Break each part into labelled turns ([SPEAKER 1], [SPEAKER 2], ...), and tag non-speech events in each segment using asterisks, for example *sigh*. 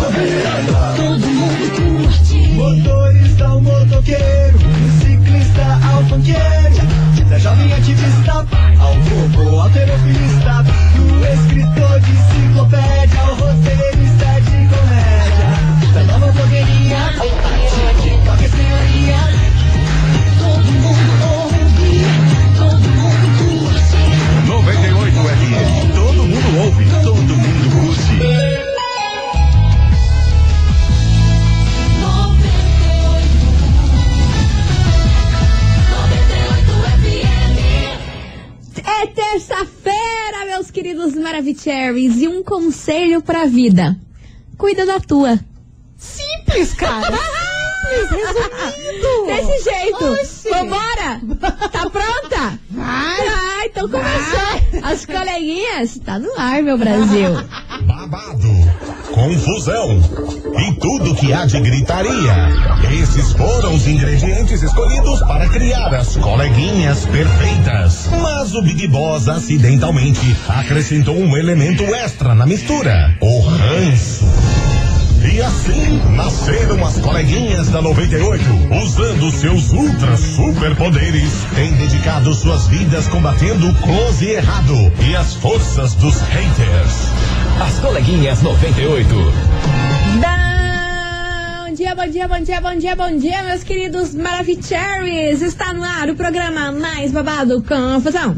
[SPEAKER 1] um
[SPEAKER 2] É Cherries e um conselho pra vida. Cuida da tua.
[SPEAKER 3] Simples,
[SPEAKER 2] *laughs*
[SPEAKER 3] cara. Simples, resumido.
[SPEAKER 2] Desse jeito.
[SPEAKER 3] Oxi.
[SPEAKER 2] Vambora. Tá pronta?
[SPEAKER 3] Vai.
[SPEAKER 2] Ah, então começou. As coleguinhas. Tá no ar, meu Brasil.
[SPEAKER 3] *laughs*
[SPEAKER 4] Babado, confusão e tudo que há de gritaria. Esses foram os ingredientes escolhidos para criar as coleguinhas perfeitas. Mas o Big Boss acidentalmente acrescentou um elemento extra na mistura: o ranço. E assim nasceram as coleguinhas da 98, usando seus ultra superpoderes, têm dedicado suas vidas combatendo o close e errado e as forças dos haters.
[SPEAKER 5] As coleguinhas 98.
[SPEAKER 2] Bom dia, bom dia, bom dia, bom dia, bom dia, meus queridos Maravicheries. Está no ar o programa mais babado Confusão.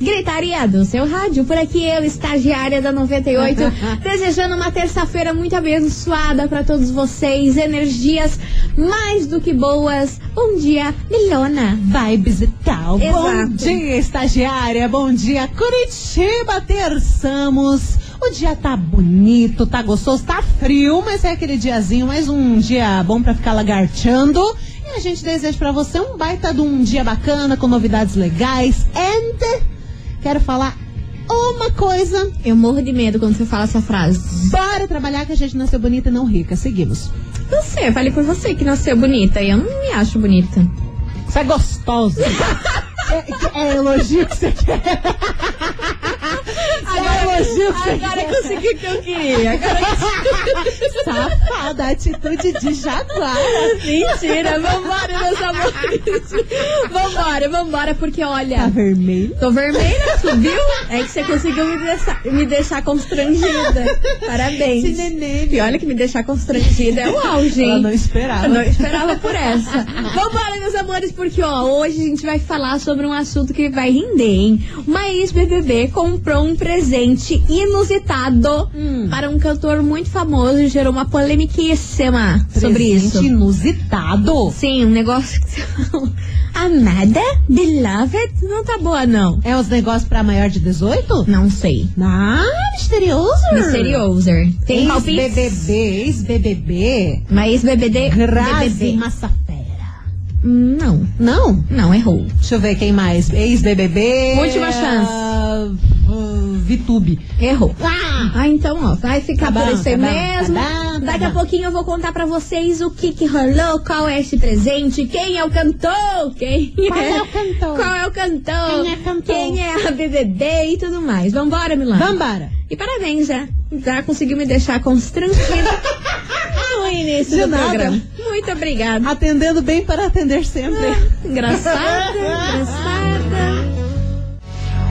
[SPEAKER 2] Gritaria do seu rádio, por aqui eu, estagiária da *laughs* 98, desejando uma terça-feira muito abençoada para todos vocês, energias mais do que boas, um dia né? milhona.
[SPEAKER 3] Vibes e tal.
[SPEAKER 2] Exato.
[SPEAKER 3] Bom dia, estagiária. Bom dia, Curitiba. Terçamos. O dia tá bonito, tá gostoso, tá frio, mas é aquele diazinho, mais um dia bom pra ficar lagarteando. E a gente deseja pra você um baita de um dia bacana, com novidades legais. And quero falar uma coisa.
[SPEAKER 2] Eu morro de medo quando você fala essa frase.
[SPEAKER 3] Bora trabalhar que a gente nasceu bonita e não rica. Seguimos.
[SPEAKER 2] Você, falei por você que nasceu bonita, e eu não me acho bonita.
[SPEAKER 3] Você é gostosa. *laughs* é, é elogio que você quer. Agora, elogio que você
[SPEAKER 2] Agora eu consegui o que eu queria.
[SPEAKER 3] Safada, atitude de jaguara.
[SPEAKER 2] Mentira, vambora, meus amores. Vambora, vambora, porque
[SPEAKER 3] Tá
[SPEAKER 2] olha,
[SPEAKER 3] vermelho?
[SPEAKER 2] tô vermelha, subiu? É que você conseguiu me deixar, me deixar constrangida.
[SPEAKER 3] Esse
[SPEAKER 2] Parabéns.
[SPEAKER 3] neném.
[SPEAKER 2] E olha que me deixar constrangida é o auge,
[SPEAKER 3] Ela
[SPEAKER 2] hein?
[SPEAKER 3] não esperava.
[SPEAKER 2] Eu não esperava por essa. Vambora, meus amores, porque ó, hoje a gente vai falar sobre um assunto que vai render, hein? Uma ex-BBB comprou um presente inusitado
[SPEAKER 3] Hum.
[SPEAKER 2] para um cantor muito famoso e gerou uma polemiquíssima sobre isso.
[SPEAKER 3] Presente inusitado.
[SPEAKER 2] Sim, um negócio que você fala, Amada, beloved, não tá boa, não.
[SPEAKER 3] É os negócios pra maior de 18?
[SPEAKER 2] Não sei.
[SPEAKER 3] Ah, misterioso.
[SPEAKER 2] Misterioso. Tem palpites?
[SPEAKER 3] Ex-BBB, ex-BBB.
[SPEAKER 2] Mas ex-BBD?
[SPEAKER 3] Grazi
[SPEAKER 2] BBB.
[SPEAKER 3] Massafera.
[SPEAKER 2] Hum, Não,
[SPEAKER 3] Não?
[SPEAKER 2] não, errou.
[SPEAKER 3] Deixa eu ver quem mais. Ex-BBB.
[SPEAKER 2] Última chance.
[SPEAKER 3] ah, v- Vitube.
[SPEAKER 2] Errou.
[SPEAKER 3] Ah!
[SPEAKER 2] Ah, então, ó, vai ficar
[SPEAKER 3] Tá
[SPEAKER 2] por
[SPEAKER 3] bom,
[SPEAKER 2] isso aí
[SPEAKER 3] tá bom,
[SPEAKER 2] mesmo.
[SPEAKER 3] tá bom, tá
[SPEAKER 2] Daqui a
[SPEAKER 3] bom.
[SPEAKER 2] pouquinho eu vou contar pra vocês o que que rolou, qual é esse presente, quem é o cantor, quem
[SPEAKER 3] Qual
[SPEAKER 2] é...
[SPEAKER 3] é o cantor?
[SPEAKER 2] Qual é o cantor?
[SPEAKER 3] Quem é cantor?
[SPEAKER 2] Quem é a BBB e tudo mais. Vambora, Milana.
[SPEAKER 3] Vambora.
[SPEAKER 2] E parabéns, né? Já conseguiu me deixar constrangida no início
[SPEAKER 3] De
[SPEAKER 2] do
[SPEAKER 3] nada.
[SPEAKER 2] programa. Muito obrigada.
[SPEAKER 3] Atendendo bem para atender sempre.
[SPEAKER 2] Engraçada, engraçada.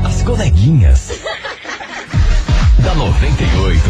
[SPEAKER 5] As coleguinhas. *laughs* da 98.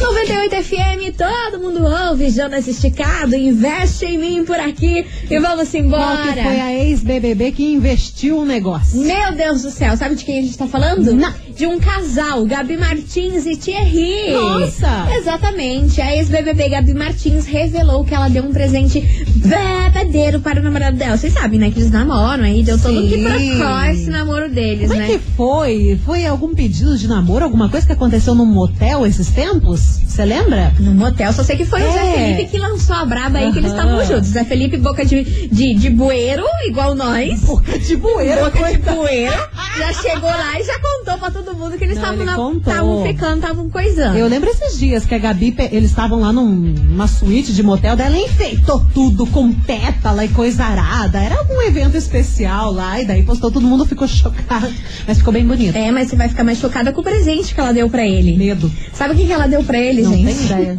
[SPEAKER 2] 98 FM, todo mundo ouve, Jonas Esticado, investe em mim por aqui e vamos
[SPEAKER 3] Qual que foi
[SPEAKER 2] embora.
[SPEAKER 3] a ex-BBB que investiu o negócio?
[SPEAKER 2] Meu Deus do céu, sabe de quem a gente tá falando?
[SPEAKER 3] Não.
[SPEAKER 2] De um casal, Gabi Martins e Thierry.
[SPEAKER 3] Nossa!
[SPEAKER 2] Exatamente. A ex-BBB Gabi Martins revelou que ela deu um presente verdadeiro para o namorado dela. Vocês sabem, né? Que eles namoram aí, deu todo
[SPEAKER 3] Sim.
[SPEAKER 2] que procó esse namoro deles,
[SPEAKER 3] Como
[SPEAKER 2] né?
[SPEAKER 3] é que foi? Foi algum pedido de namoro, alguma coisa que aconteceu num motel esses tempos? Você lembra?
[SPEAKER 2] No motel, só sei que foi o
[SPEAKER 3] É.
[SPEAKER 2] Zé Felipe que lançou a braba aí que eles
[SPEAKER 3] Aham.
[SPEAKER 2] estavam juntos. Zé Felipe, boca de, de, de bueiro, igual nós.
[SPEAKER 3] Boca de bueira.
[SPEAKER 2] Boca de bueiro. Já chegou lá e já contou pra todo mundo que eles
[SPEAKER 3] Não,
[SPEAKER 2] estavam
[SPEAKER 3] ele
[SPEAKER 2] na-
[SPEAKER 3] contou.
[SPEAKER 2] estavam ficando, estavam coisando.
[SPEAKER 3] Eu lembro esses dias que a Gabi, pe- eles estavam lá num- numa suíte de motel dela, ela enfeitou tudo com pétala e coisa arada. Era algum evento especial lá, e daí postou, todo mundo ficou *laughs* chocado. Mas ficou bem bonito.
[SPEAKER 2] É, mas você vai ficar mais chocada com o presente que ela deu pra ele.
[SPEAKER 3] Medo.
[SPEAKER 2] Sabe o que, que ela deu pra ele,
[SPEAKER 3] Não
[SPEAKER 2] gente? *laughs*
[SPEAKER 3] tem ideia.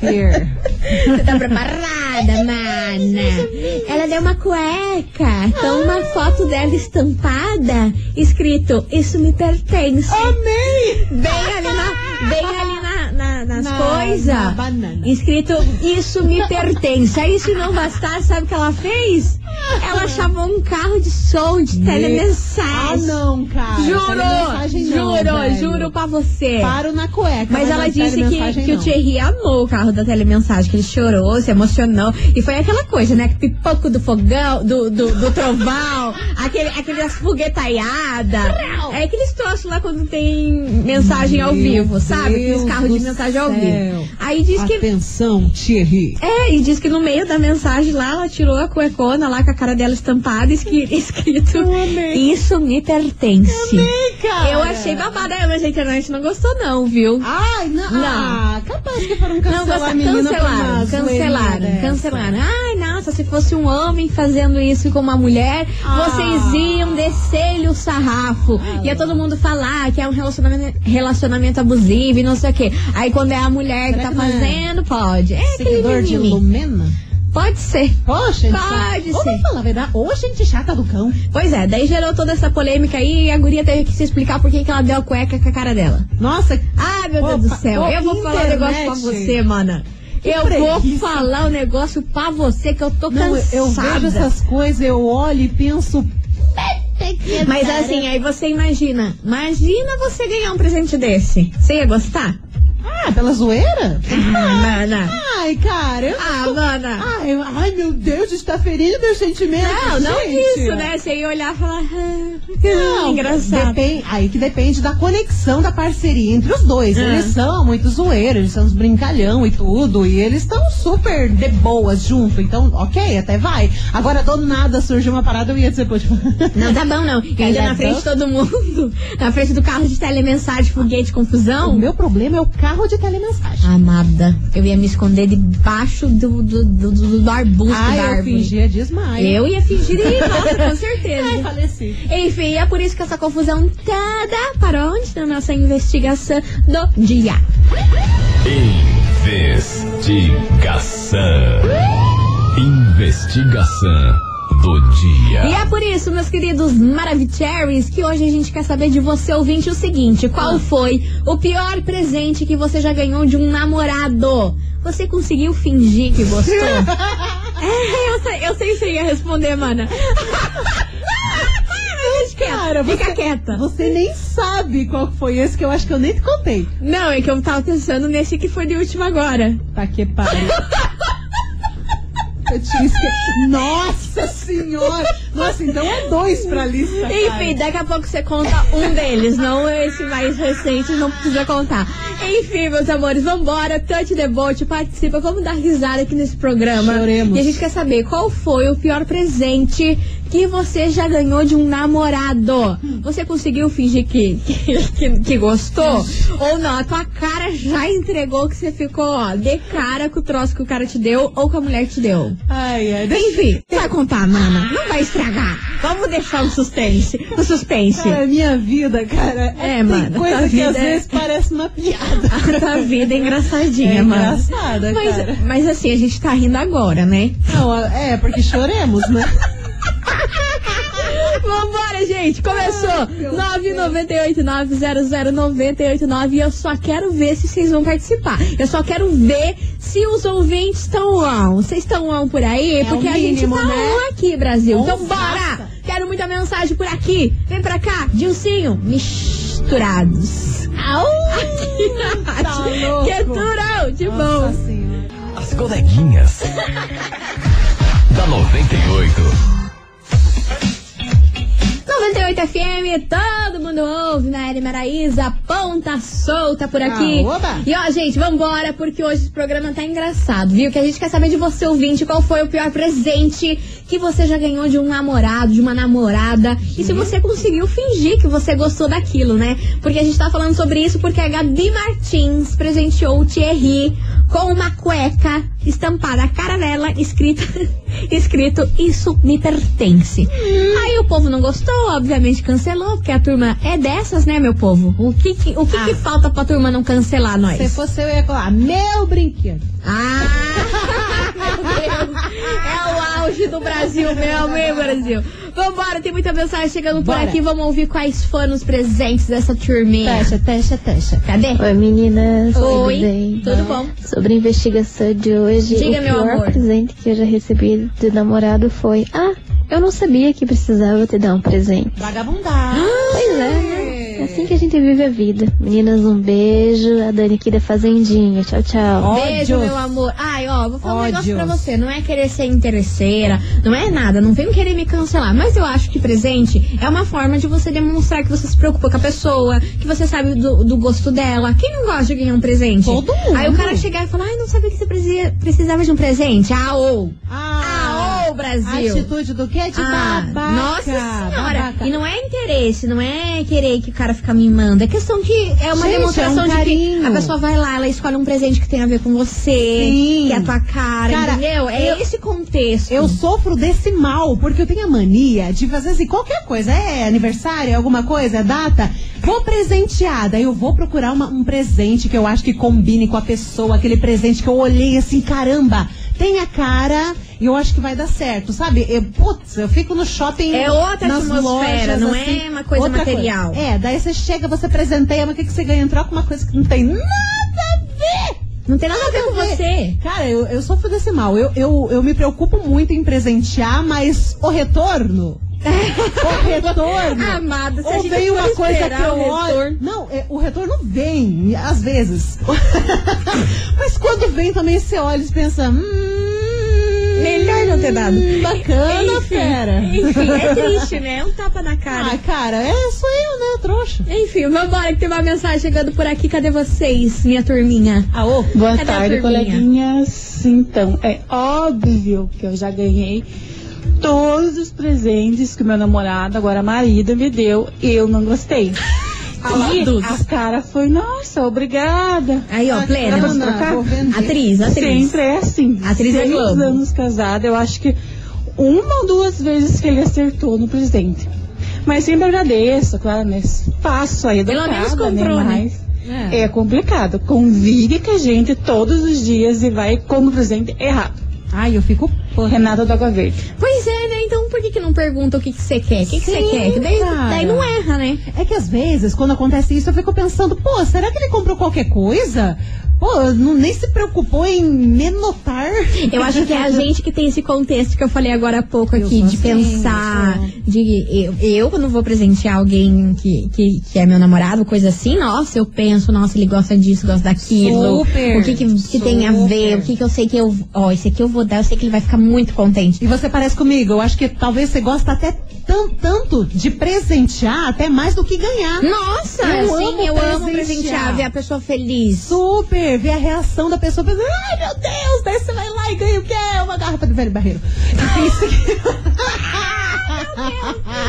[SPEAKER 3] Fear.
[SPEAKER 2] Você tá preparada, mana? Ela deu uma cueca, então uma foto dela estampada, escrito, isso me pertence.
[SPEAKER 3] Amei!
[SPEAKER 2] Bem ali na, bem ali na, na- nas
[SPEAKER 3] Na- na
[SPEAKER 2] coisas.
[SPEAKER 3] banana.
[SPEAKER 2] Escrito, isso me pertence. Aí se não bastar, sabe o que ela fez? Ela chamou um carro de som de
[SPEAKER 3] Ah,
[SPEAKER 2] telemessagem.
[SPEAKER 3] não, cara. Telemensagem
[SPEAKER 2] Juro,
[SPEAKER 3] não,
[SPEAKER 2] juro,
[SPEAKER 3] velho.
[SPEAKER 2] juro pra você.
[SPEAKER 3] Paro na cueca.
[SPEAKER 2] Mas ela
[SPEAKER 3] não é
[SPEAKER 2] disse que,
[SPEAKER 3] telemensagem,
[SPEAKER 2] que o
[SPEAKER 3] não.
[SPEAKER 2] Thierry amou o carro da telemensagem, que ele chorou, se emocionou. E foi aquela coisa, né? Pipoco do fogão, do, do, do trovão, *laughs* aquele, aquelas foguetaiadas. É aqueles troços lá quando tem mensagem ao
[SPEAKER 3] Meu
[SPEAKER 2] vivo, sabe? Aqueles
[SPEAKER 3] Deus
[SPEAKER 2] carros de
[SPEAKER 3] do
[SPEAKER 2] mensagem ao
[SPEAKER 3] céu.
[SPEAKER 2] vivo. Aí diz que.
[SPEAKER 3] Atenção, Thierry.
[SPEAKER 2] É, e diz que no meio da mensagem lá, ela tirou a cuecona lá com a cara dela estampada e esqui- *laughs* escrito
[SPEAKER 3] Eu amei.
[SPEAKER 2] Isso me pertence.
[SPEAKER 3] Ih, cara.
[SPEAKER 2] Eu achei babada, mas a internet não gostou não, viu?
[SPEAKER 3] Ai, não.
[SPEAKER 2] Não.
[SPEAKER 3] Ah, capaz que foram
[SPEAKER 2] Não,
[SPEAKER 3] cancelar a
[SPEAKER 2] gosta-
[SPEAKER 3] menina né? por uma
[SPEAKER 2] cancelaram,
[SPEAKER 3] zoeirinha
[SPEAKER 2] cancelaram,
[SPEAKER 3] dessa.
[SPEAKER 2] cancelaram. Ai, nossa, se fosse um homem fazendo isso com uma mulher,
[SPEAKER 3] Ah.
[SPEAKER 2] vocês iam descer-lhe o sarrafo. Ia todo mundo falar que é um relacionamento, relacionamento abusivo e não sei o quê. Aí quando é a mulher que
[SPEAKER 3] Será
[SPEAKER 2] tá
[SPEAKER 3] que não é?
[SPEAKER 2] fazendo, pode. É aquele
[SPEAKER 3] Seguidor de
[SPEAKER 2] mimimi.
[SPEAKER 3] Lumena?
[SPEAKER 2] Pode ser.
[SPEAKER 3] Ô, gente.
[SPEAKER 2] Pode
[SPEAKER 3] Ô,
[SPEAKER 2] ser.
[SPEAKER 3] vamos falar a verdade. Ô, gente chata do cão.
[SPEAKER 2] Pois é, daí gerou toda essa polêmica aí e a guria teve que se explicar por que que ela deu a cueca com a cara dela.
[SPEAKER 3] Nossa,
[SPEAKER 2] Ai, meu
[SPEAKER 3] Opa,
[SPEAKER 2] Deus do céu.
[SPEAKER 3] opa,
[SPEAKER 2] eu vou falar um
[SPEAKER 3] internet.
[SPEAKER 2] negócio pra você, mana. eu vou
[SPEAKER 3] preguiça.
[SPEAKER 2] falar um negócio pra você que eu tô
[SPEAKER 3] não, eu,
[SPEAKER 2] cansada.
[SPEAKER 3] eu vejo essas coisas, eu olho e penso.
[SPEAKER 2] Mas assim, aí você imagina. Imagina você ganhar um presente desse. Você ia gostar?
[SPEAKER 3] Ah, pela zoeira?
[SPEAKER 2] Ah, mana.
[SPEAKER 3] Ai, cara. eu-
[SPEAKER 2] Ah, mana.
[SPEAKER 3] Ai, eu- ai, meu Deus, está ferindo meus sentimentos.
[SPEAKER 2] Não, não
[SPEAKER 3] gente.
[SPEAKER 2] isso, né? Você ia olhar e falar. ah,
[SPEAKER 3] Não,
[SPEAKER 2] engraçado.
[SPEAKER 3] depen- aí que depende da conexão da parceria entre os dois.
[SPEAKER 2] Ah.
[SPEAKER 3] Eles são muito zoeiros, eles são uns brincalhão e tudo. E eles estão super de boas junto. Então, ok, até vai. Agora, do nada surgiu uma parada, eu ia dizer, tipo, *laughs* poxa.
[SPEAKER 2] Não tá bom, não. E ainda
[SPEAKER 3] Ela
[SPEAKER 2] na frente de todo mundo. *laughs* Na frente do carro de telemensagem, foguete, confusão.
[SPEAKER 3] O meu problema é o carro de telemensagem.
[SPEAKER 2] Amada, eu ia me esconder debaixo do, do, do, do- do arbusto
[SPEAKER 3] Ah,
[SPEAKER 2] da
[SPEAKER 3] eu
[SPEAKER 2] árvore.
[SPEAKER 3] fingia desmaio. assim,
[SPEAKER 2] Eu ia fingir de ir embora, com certeza.
[SPEAKER 3] faleci.
[SPEAKER 2] Enfim, é por isso que essa confusão toda parou onde na nossa investigação do dia.
[SPEAKER 5] Investigação. Investigação do dia.
[SPEAKER 2] E é por isso, meus queridos Maravicheries, que hoje a gente quer saber de você, ouvinte, o seguinte:
[SPEAKER 3] Ah.
[SPEAKER 2] qual foi o pior presente que você já ganhou de um namorado? Você conseguiu fingir que
[SPEAKER 3] *laughs*
[SPEAKER 2] gostou? é, eu sei, eu sei que você ia
[SPEAKER 3] *laughs*
[SPEAKER 2] responder, mana. Mas fica
[SPEAKER 3] Cara,
[SPEAKER 2] quieta,
[SPEAKER 3] você-
[SPEAKER 2] fica quieta.
[SPEAKER 3] Você nem sabe qual que foi esse que eu acho que eu nem te contei.
[SPEAKER 2] Não, é que eu tava pensando nesse que foi de último agora.
[SPEAKER 3] Tá que pariu. Eu tinha esquecido. Nossa senhora! Nossa, então é dois pra lista. cara.
[SPEAKER 2] Enfim, daqui a pouco você conta um deles, não esse mais recente, não precisa contar. Enfim, meus amores, vambora, Touch the Boat, participa, vamos dar risada aqui nesse programa.
[SPEAKER 3] Choremos.
[SPEAKER 2] E a gente quer saber qual foi o pior presente que você já ganhou de um namorado. Você conseguiu fingir que, que, que- que gostou? Ou não, a tua cara já entregou que você ficou, ó, de cara com o troço que o cara te deu ou que a mulher te deu?
[SPEAKER 3] Ai, ai, deixa
[SPEAKER 2] Enfim, não vai contar, mana. Não vai estragar. Vamos deixar o suspense. O suspense.
[SPEAKER 3] Cara, minha vida, cara.
[SPEAKER 2] É,
[SPEAKER 3] tem
[SPEAKER 2] mano, tua
[SPEAKER 3] coisa que
[SPEAKER 2] vida
[SPEAKER 3] às
[SPEAKER 2] é-
[SPEAKER 3] vezes parece uma piada.
[SPEAKER 2] *laughs* A tua vida é engraçadinha,
[SPEAKER 3] É
[SPEAKER 2] mana.
[SPEAKER 3] engraçada, cara.
[SPEAKER 2] Mas, mas assim, a gente tá rindo agora, né?
[SPEAKER 3] Não, é, porque choremos, né?
[SPEAKER 2] *laughs* Vambora, gente. Começou. 998-900-989. E eu só quero ver se vocês vão participar. Eu só quero ver se os ouvintes estão on. Vocês estão on por aí?
[SPEAKER 3] É
[SPEAKER 2] porque
[SPEAKER 3] o
[SPEAKER 2] a gente
[SPEAKER 3] mínimo,
[SPEAKER 2] tá
[SPEAKER 3] né?
[SPEAKER 2] on aqui, Brasil. Então
[SPEAKER 3] Nossa.
[SPEAKER 2] bora. Quero muita mensagem por aqui. Vem pra cá. Dilcinho. Misturados. Au. Aqui *laughs* na
[SPEAKER 3] Tá
[SPEAKER 2] rádio.
[SPEAKER 3] louco.
[SPEAKER 2] *laughs* Que turão. De bom.
[SPEAKER 3] Nossa senhora.
[SPEAKER 5] As coleguinhas. da 98.
[SPEAKER 2] 98 FM, todo mundo ouve, Mary Maraísa, ponta solta por aqui.
[SPEAKER 3] Ah, oba!
[SPEAKER 2] e ó, gente, vambora, porque hoje esse programa tá engraçado, viu? Que a gente quer saber de você, ouvinte, qual foi o pior presente que você já ganhou de um namorado, de uma namorada. E se você conseguiu fingir que você gostou daquilo, né? Porque a gente tá falando sobre isso porque a Gabi Martins presenteou o Thierry com uma cueca estampada a cara dela, escrita, *laughs* escrito Isso me pertence. Aí o povo não gostou, obviamente cancelou, porque a turma é dessas, né, meu povo? O que, que- o que, que falta pra turma não cancelar nós?
[SPEAKER 3] Se fosse eu, eu ia falar, meu brinquedo.
[SPEAKER 2] Ah! meu Deus! *laughs* É o auge do Brasil, meu hein, Brasil? Vambora, tem muita mensagem chegando por
[SPEAKER 3] Bora.
[SPEAKER 2] aqui. Vamos ouvir quais foram os presentes dessa turminha.
[SPEAKER 3] testa, testa.
[SPEAKER 2] Cadê?
[SPEAKER 6] Oi meninas,
[SPEAKER 2] Oi,
[SPEAKER 6] tudo bem?
[SPEAKER 2] tudo bom?
[SPEAKER 6] Sobre a investigação de hoje,
[SPEAKER 2] Diga,
[SPEAKER 6] o
[SPEAKER 2] meu
[SPEAKER 6] pior
[SPEAKER 2] amor.
[SPEAKER 6] presente que eu já recebi do namorado foi Ah, Eu não sabia que precisava te dar um presente.
[SPEAKER 3] Vagabundar.
[SPEAKER 6] Pois é, né? É assim que a gente vive a vida. Meninas, um beijo. A Dani aqui da Fazendinha. Tchau, tchau.
[SPEAKER 2] Beijo,
[SPEAKER 3] Ódios.
[SPEAKER 2] meu amor. Ai, ó, vou falar um negócio
[SPEAKER 3] Ódios.
[SPEAKER 2] pra você. Não é querer ser interesseira, não é nada. Não vem querer me cancelar. Mas eu acho que presente é uma forma de você demonstrar que você se preocupa com a pessoa, que você sabe do, do gosto dela. Quem não gosta de ganhar um presente?
[SPEAKER 3] Todo mundo.
[SPEAKER 2] Aí o cara chegar e falar, ai, não sabia que você presi- precisava de um presente. Ah, ou. Ah, ô, Brasil.
[SPEAKER 3] Atitude do quê? De
[SPEAKER 2] Ah,
[SPEAKER 3] babaca.
[SPEAKER 2] nossa senhora!
[SPEAKER 3] babaca.
[SPEAKER 2] E não é interesse, não é querer que o cara fica mimando. É questão que é uma
[SPEAKER 3] Gente,
[SPEAKER 2] demonstração
[SPEAKER 3] é um
[SPEAKER 2] de que
[SPEAKER 3] carinho.
[SPEAKER 2] a pessoa vai lá, ela escolhe um presente que tem a ver com você,
[SPEAKER 3] Sim.
[SPEAKER 2] que é a tua cara,
[SPEAKER 3] Cara,
[SPEAKER 2] entendeu? É
[SPEAKER 3] eu-
[SPEAKER 2] esse contexto.
[SPEAKER 3] Eu sofro desse mal, porque eu tenho a mania de fazer assim, qualquer coisa, é aniversário, é alguma coisa, é data, vou presentear, daí eu vou procurar uma- um presente que eu acho que combine com a pessoa, aquele presente que eu olhei assim, caramba, tem a cara e eu acho que vai dar certo, sabe? Eu, putz, eu fico no shopping.
[SPEAKER 2] É outra
[SPEAKER 3] nas
[SPEAKER 2] atmosfera,
[SPEAKER 3] lojas,
[SPEAKER 2] não
[SPEAKER 3] assim,
[SPEAKER 2] é uma coisa
[SPEAKER 3] outra
[SPEAKER 2] material.
[SPEAKER 3] É, daí você chega, você presenteia, mas o que, que você ganha em troca? Uma coisa que não tem nada a ver!
[SPEAKER 2] Não tem nada a ver com você.
[SPEAKER 3] Cara, eu, eu sofro desse mal. Eu, eu, eu me preocupo muito em presentear, mas o
[SPEAKER 2] *laughs*
[SPEAKER 3] retorno. o retorno.
[SPEAKER 2] Amada, Ah, se a
[SPEAKER 3] ou
[SPEAKER 2] gente
[SPEAKER 3] vem
[SPEAKER 2] for
[SPEAKER 3] uma coisa que
[SPEAKER 2] esperar
[SPEAKER 3] eu
[SPEAKER 2] o
[SPEAKER 3] olho.
[SPEAKER 2] retorno.
[SPEAKER 3] Não, é, o retorno vem, às
[SPEAKER 2] *laughs*
[SPEAKER 3] vezes. mas quando vem também você olha e pensa. Hum,
[SPEAKER 2] Melhor não ter dado.
[SPEAKER 3] Bacana,
[SPEAKER 2] *laughs* Enfim,
[SPEAKER 3] fera.
[SPEAKER 2] Enfim,
[SPEAKER 3] *laughs*
[SPEAKER 2] é triste, né? É um tapa na cara.
[SPEAKER 3] Ah, cara, é, sou eu, né, trouxa.
[SPEAKER 2] Enfim, vambora que tem uma mensagem chegando por aqui. Cadê vocês, minha turminha?
[SPEAKER 3] Aô.
[SPEAKER 7] Boa
[SPEAKER 2] Cadê a
[SPEAKER 7] tarde,
[SPEAKER 2] turminha?
[SPEAKER 7] coleguinhas. Então, é óbvio que eu já ganhei todos os presentes que meu namorado, agora marido, me deu e eu
[SPEAKER 2] *laughs*
[SPEAKER 7] não gostei.
[SPEAKER 2] Todos.
[SPEAKER 7] E as caras foi, nossa, obrigada.
[SPEAKER 2] Aí, ó, plena.
[SPEAKER 7] Dá pra trocar?
[SPEAKER 3] vou vender.
[SPEAKER 2] Atriz, atriz.
[SPEAKER 7] Sempre é assim.
[SPEAKER 2] Atriz da
[SPEAKER 7] Seis
[SPEAKER 2] Globo.
[SPEAKER 7] anos casada, eu acho que uma ou duas vezes que ele acertou no presente. Mas sempre agradeço, claro, mas passo aí do
[SPEAKER 2] Pelo menos comprou, né?
[SPEAKER 7] mais. É complicado. Convide com a gente todos os dias e vai como presente errado.
[SPEAKER 3] Ai, eu fico.
[SPEAKER 7] O Renato do Água Verde.
[SPEAKER 2] Pois é, né? Então por que, que não pergunta o que que você quer? O que que você
[SPEAKER 3] Sim,
[SPEAKER 2] quer? Que Daí,
[SPEAKER 3] cara.
[SPEAKER 2] daí não erra, né?
[SPEAKER 3] É que às vezes, quando acontece isso, eu fico pensando, pô, será que ele comprou qualquer coisa? Pô, não, nem se preocupou em me notar.
[SPEAKER 2] Eu acho que é
[SPEAKER 3] *laughs*
[SPEAKER 2] a gente que tem esse contexto que eu falei agora há pouco
[SPEAKER 3] Eu
[SPEAKER 2] aqui,
[SPEAKER 3] sou
[SPEAKER 2] de
[SPEAKER 3] assim,
[SPEAKER 2] pensar,
[SPEAKER 3] eu
[SPEAKER 2] de eu, eu quando vou presentear alguém que, que, que é meu namorado, coisa assim, nossa, eu penso, nossa, ele gosta disso, gosta daquilo.
[SPEAKER 3] Super,
[SPEAKER 2] o que, que, que tem a ver,
[SPEAKER 3] super.
[SPEAKER 2] o que, que eu sei que eu. Ó, esse aqui eu vou dar, eu sei que ele vai ficar muito contente.
[SPEAKER 3] E você parece comigo, eu acho que talvez você gosta até tão, tanto de presentear, até mais do que ganhar.
[SPEAKER 2] Nossa,
[SPEAKER 3] Eu
[SPEAKER 2] sim,
[SPEAKER 3] amo
[SPEAKER 2] eu amo
[SPEAKER 3] presentear.
[SPEAKER 2] presentear, ver a pessoa feliz.
[SPEAKER 3] Super, ver a reação da pessoa, pensando, ai meu Deus, daí você vai lá e ganha o quê? Uma garrafa de velho barreiro. Enfim, isso aqui-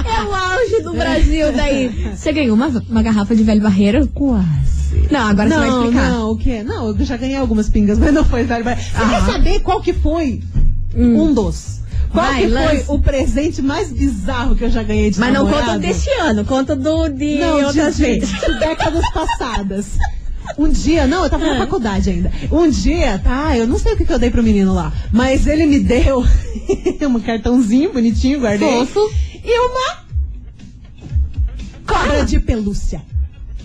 [SPEAKER 2] É o auge *laughs* do Brasil daí. Você ganhou uma, uma garrafa de velho barreiro?
[SPEAKER 3] Quase.
[SPEAKER 2] Não, agora você vai
[SPEAKER 3] Não,
[SPEAKER 2] explicar.
[SPEAKER 3] não, o quê? Não, eu já ganhei algumas pingas, *laughs* mas não foi velho barreiro. Você
[SPEAKER 2] Aham. Hum.
[SPEAKER 3] quer saber qual que foi um dos? Qual
[SPEAKER 2] Vai,
[SPEAKER 3] que
[SPEAKER 2] lança.
[SPEAKER 3] foi o presente mais bizarro que eu já ganhei de
[SPEAKER 2] Mas não
[SPEAKER 3] namorado?
[SPEAKER 2] conta deste ano, conta do de
[SPEAKER 3] Não, de-
[SPEAKER 2] outras
[SPEAKER 3] de,
[SPEAKER 2] vezes.
[SPEAKER 3] *laughs* de décadas passadas. Um dia, não, eu tava
[SPEAKER 2] Ah.
[SPEAKER 3] na faculdade ainda. Um dia, tá, eu não sei o que, que eu dei pro menino lá, mas ele me deu *laughs* um cartãozinho bonitinho, guardei.
[SPEAKER 2] Fofo.
[SPEAKER 3] E uma cobra de pelúcia.